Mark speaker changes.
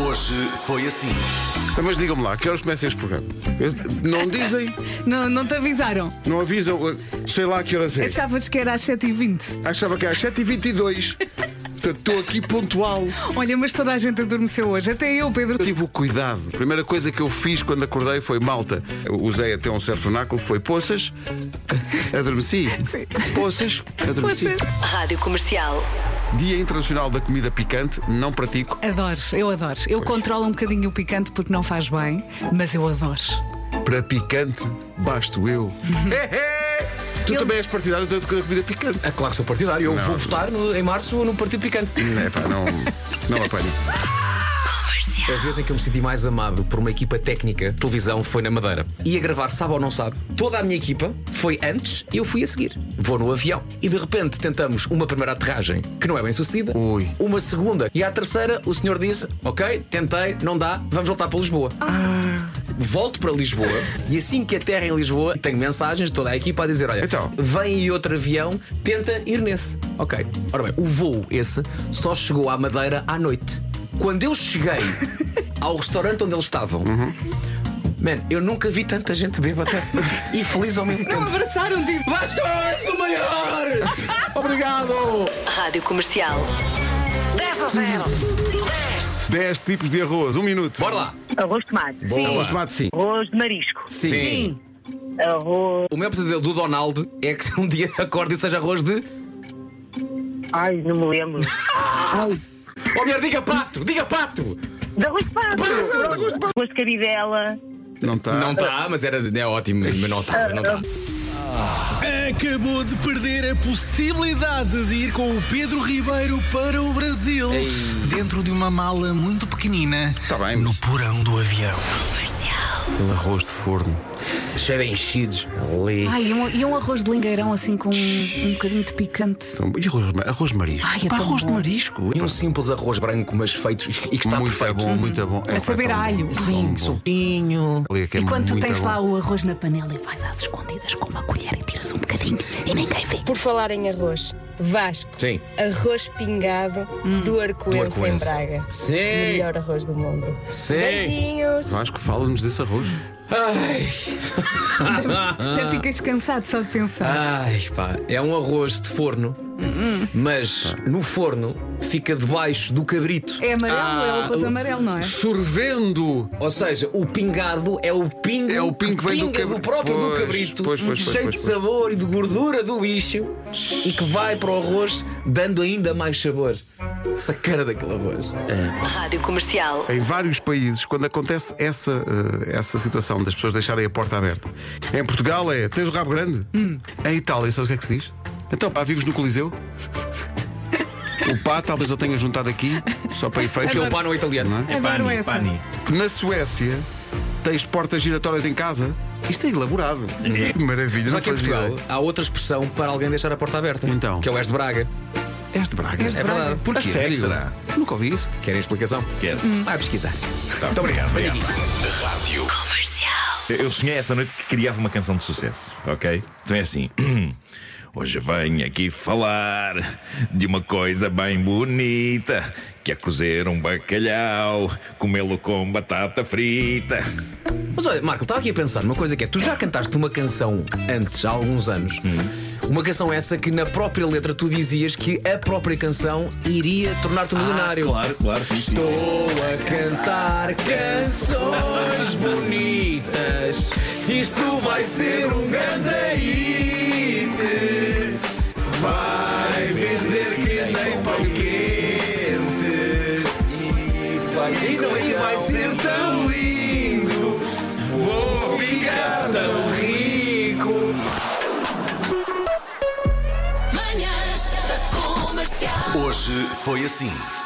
Speaker 1: Hoje foi assim.
Speaker 2: Então, mas digam-me lá, que horas começa este programa? Eu- Não dizem,
Speaker 3: Não, não te avisaram.
Speaker 2: não avisam, eh, sei lá que horas é.
Speaker 3: Achavas que era às 7h20.
Speaker 2: Achava que era às 7h22. Portanto, estou aqui pontual.
Speaker 3: Olha, mas toda a gente adormeceu hoje. Até eu, Pedro.
Speaker 2: Eu tive o cuidado. A primeira coisa que eu fiz quando acordei foi malta. Eu usei até um certo vernáculo, foi poças, adormeci.
Speaker 3: Sim.
Speaker 2: Poças, adormeci.
Speaker 3: Poças.
Speaker 4: Rádio Comercial.
Speaker 2: Dia Internacional da Comida Picante, não pratico.
Speaker 3: Adoro, eu adoro. Eu controlo um bocadinho o picante porque não faz bem, mas eu adoro.
Speaker 2: Para picante, basto eu. tu também és partidário da da comida picante.
Speaker 5: É claro que sou partidário. Eu vou votar no- em março no Partido Picante.
Speaker 2: É pá, não, não apanho.
Speaker 5: A vez em que eu me senti mais amado por uma equipa técnica de televisão foi na Madeira. Ia gravar, sabe ou não sabe? Toda a minha equipa foi antes e eu fui a seguir. Vou no avião. E de repente tentamos uma primeira aterragem que não é bem sucedida.
Speaker 2: Ui.
Speaker 5: Uma segunda. E à terceira o senhor disse: Ok, tentei, não dá, vamos voltar para Lisboa. Volto para Lisboa e assim que aterra em Lisboa tenho mensagens de toda a equipa a dizer: Olha,
Speaker 2: Então.
Speaker 5: vem aí outro avião, tenta ir nesse. Ok. Ora bem, o voo esse só chegou à Madeira à noite. Quando eu cheguei ao restaurante onde eles estavam, man, eu nunca vi tanta gente bêbada e feliz ao mesmo
Speaker 3: Não
Speaker 5: tempo.
Speaker 3: abraçaram, tipo.
Speaker 5: Vasco, és o maior!
Speaker 2: Obrigado!
Speaker 4: Rádio Comercial.
Speaker 6: 10 a 0. 10.
Speaker 2: 10 tipos de arroz, um minuto.
Speaker 5: Bora lá!
Speaker 6: Arroz de tomate.
Speaker 2: Arroz de tomate, sim.
Speaker 6: Arroz de marisco.
Speaker 2: Sim.
Speaker 6: Arroz.
Speaker 5: O meu pesadelo do Donald é que um dia acorde e seja arroz de.
Speaker 6: Ai, não me lembro.
Speaker 5: Oh, mulher, diga pato! Diga pato!
Speaker 6: De arroz de pato. Arroz de cabidela.
Speaker 2: Não tá. está.
Speaker 5: Não está, mas era, é ótimo, mas não está, não tá. está.
Speaker 7: Acabou de perder a possibilidade de ir com o Pedro Ribeiro para o Brasil dentro de uma mala muito pequenina
Speaker 2: Tá bem,
Speaker 7: no
Speaker 2: mas-
Speaker 7: porão do avião.
Speaker 2: Aquele arroz de forno.
Speaker 5: Cheio de enchidos. Ali.
Speaker 3: Ai, e um, e um arroz de lingueirão assim com um, um bocadinho de picante.
Speaker 2: Então, E arroz, arroz de marisco?
Speaker 3: Ai, é tão
Speaker 2: arroz de
Speaker 3: bom.
Speaker 2: marisco?
Speaker 5: E um simples arroz branco, mas feito e que está
Speaker 2: muito
Speaker 5: perfeito.
Speaker 2: bom, muito bom. É,
Speaker 3: A
Speaker 2: pá,
Speaker 3: saber
Speaker 2: tão
Speaker 3: a alho.
Speaker 2: bom,
Speaker 3: Sim,
Speaker 2: tão bom.
Speaker 5: Soltinho.
Speaker 2: Ali é que é
Speaker 8: E quando tu
Speaker 2: muito
Speaker 8: tens
Speaker 2: bom.
Speaker 8: lá o arroz na panela e vais às escondidas com uma colher e tiras um bocadinho e ninguém vê.
Speaker 9: Por falar em arroz, Vasco,
Speaker 5: Sim.
Speaker 9: arroz pingado do
Speaker 5: Do
Speaker 9: arco-íris em
Speaker 5: Arco-Íris.
Speaker 9: Braga.
Speaker 5: Sim.
Speaker 9: O melhor arroz do mundo.
Speaker 5: Sim.
Speaker 9: Beijinhos!
Speaker 2: Vasco, fala-nos desse arroz.
Speaker 3: Até ficas cansado só de pensar.
Speaker 5: Ai, pá, é um arroz de forno, Hum, mas no forno fica debaixo do cabrito.
Speaker 3: É amarelo, é o arroz amarelo, não é?
Speaker 2: Sorvendo!
Speaker 5: Ou seja, o pingado é o pingo,
Speaker 2: É o pingo que vem do
Speaker 5: pinga
Speaker 2: cabri-
Speaker 5: próprio
Speaker 2: Pois,
Speaker 5: do cabrito,
Speaker 2: pois, pois, pois,
Speaker 5: cheio
Speaker 2: pois,
Speaker 5: de
Speaker 2: pois.
Speaker 5: sabor e de gordura do bicho e que vai para o arroz dando ainda mais sabor. Essa cara daquele arroz.
Speaker 4: Rádio Comercial.
Speaker 2: Em vários países, quando acontece essa, eh, essa situação das pessoas deixarem a porta aberta. Em Portugal é tens o rabo grande. Em Itália, sabes o que é que se diz? Então, pá, vives no Coliseu? o pá talvez eu tenha juntado aqui, só para efeito.
Speaker 5: Aquele pano italiano.
Speaker 2: Não é?
Speaker 3: Adoro essa.
Speaker 2: Na Suécia, tens portas giratórias em casa? Isto é elaborado. Maravilha,
Speaker 5: Mas
Speaker 2: não
Speaker 5: aqui É. em
Speaker 2: fazia
Speaker 5: Portugal
Speaker 2: ideia.
Speaker 5: há outra expressão para alguém deixar a porta aberta.
Speaker 2: Então?
Speaker 5: Que é o És de Braga.
Speaker 2: Este Braga.
Speaker 5: É verdade.
Speaker 2: Porquê?
Speaker 5: A sério?
Speaker 2: Será? Nunca ouvi isso.
Speaker 5: Querem explicação? Hum.
Speaker 10: Quero.
Speaker 5: Vai pesquisar.
Speaker 2: Tá.
Speaker 10: Muito obrigado, obrigado.
Speaker 1: Rádio.
Speaker 10: Eu sonhei esta noite que criava uma canção de sucesso, ok? Então é assim. Hoje venho aqui falar de uma coisa bem bonita, que é cozer um bacalhau, comê-lo com batata frita.
Speaker 5: Mas olha, Marco, estava aqui a pensar numa coisa que é: tu já cantaste uma canção antes, há alguns anos. Uma canção essa que na própria letra tu dizias que a própria canção iria tornar-te um milionário.
Speaker 10: Ah, Claro, claro, sim, sim, sim.
Speaker 5: Estou a cantar canções bonitas. Isto vai ser um grande hit. Vai vender que nem pão quente. E não e vai ser tão lindo. Vou ficar tão rico.
Speaker 1: Hoje foi assim.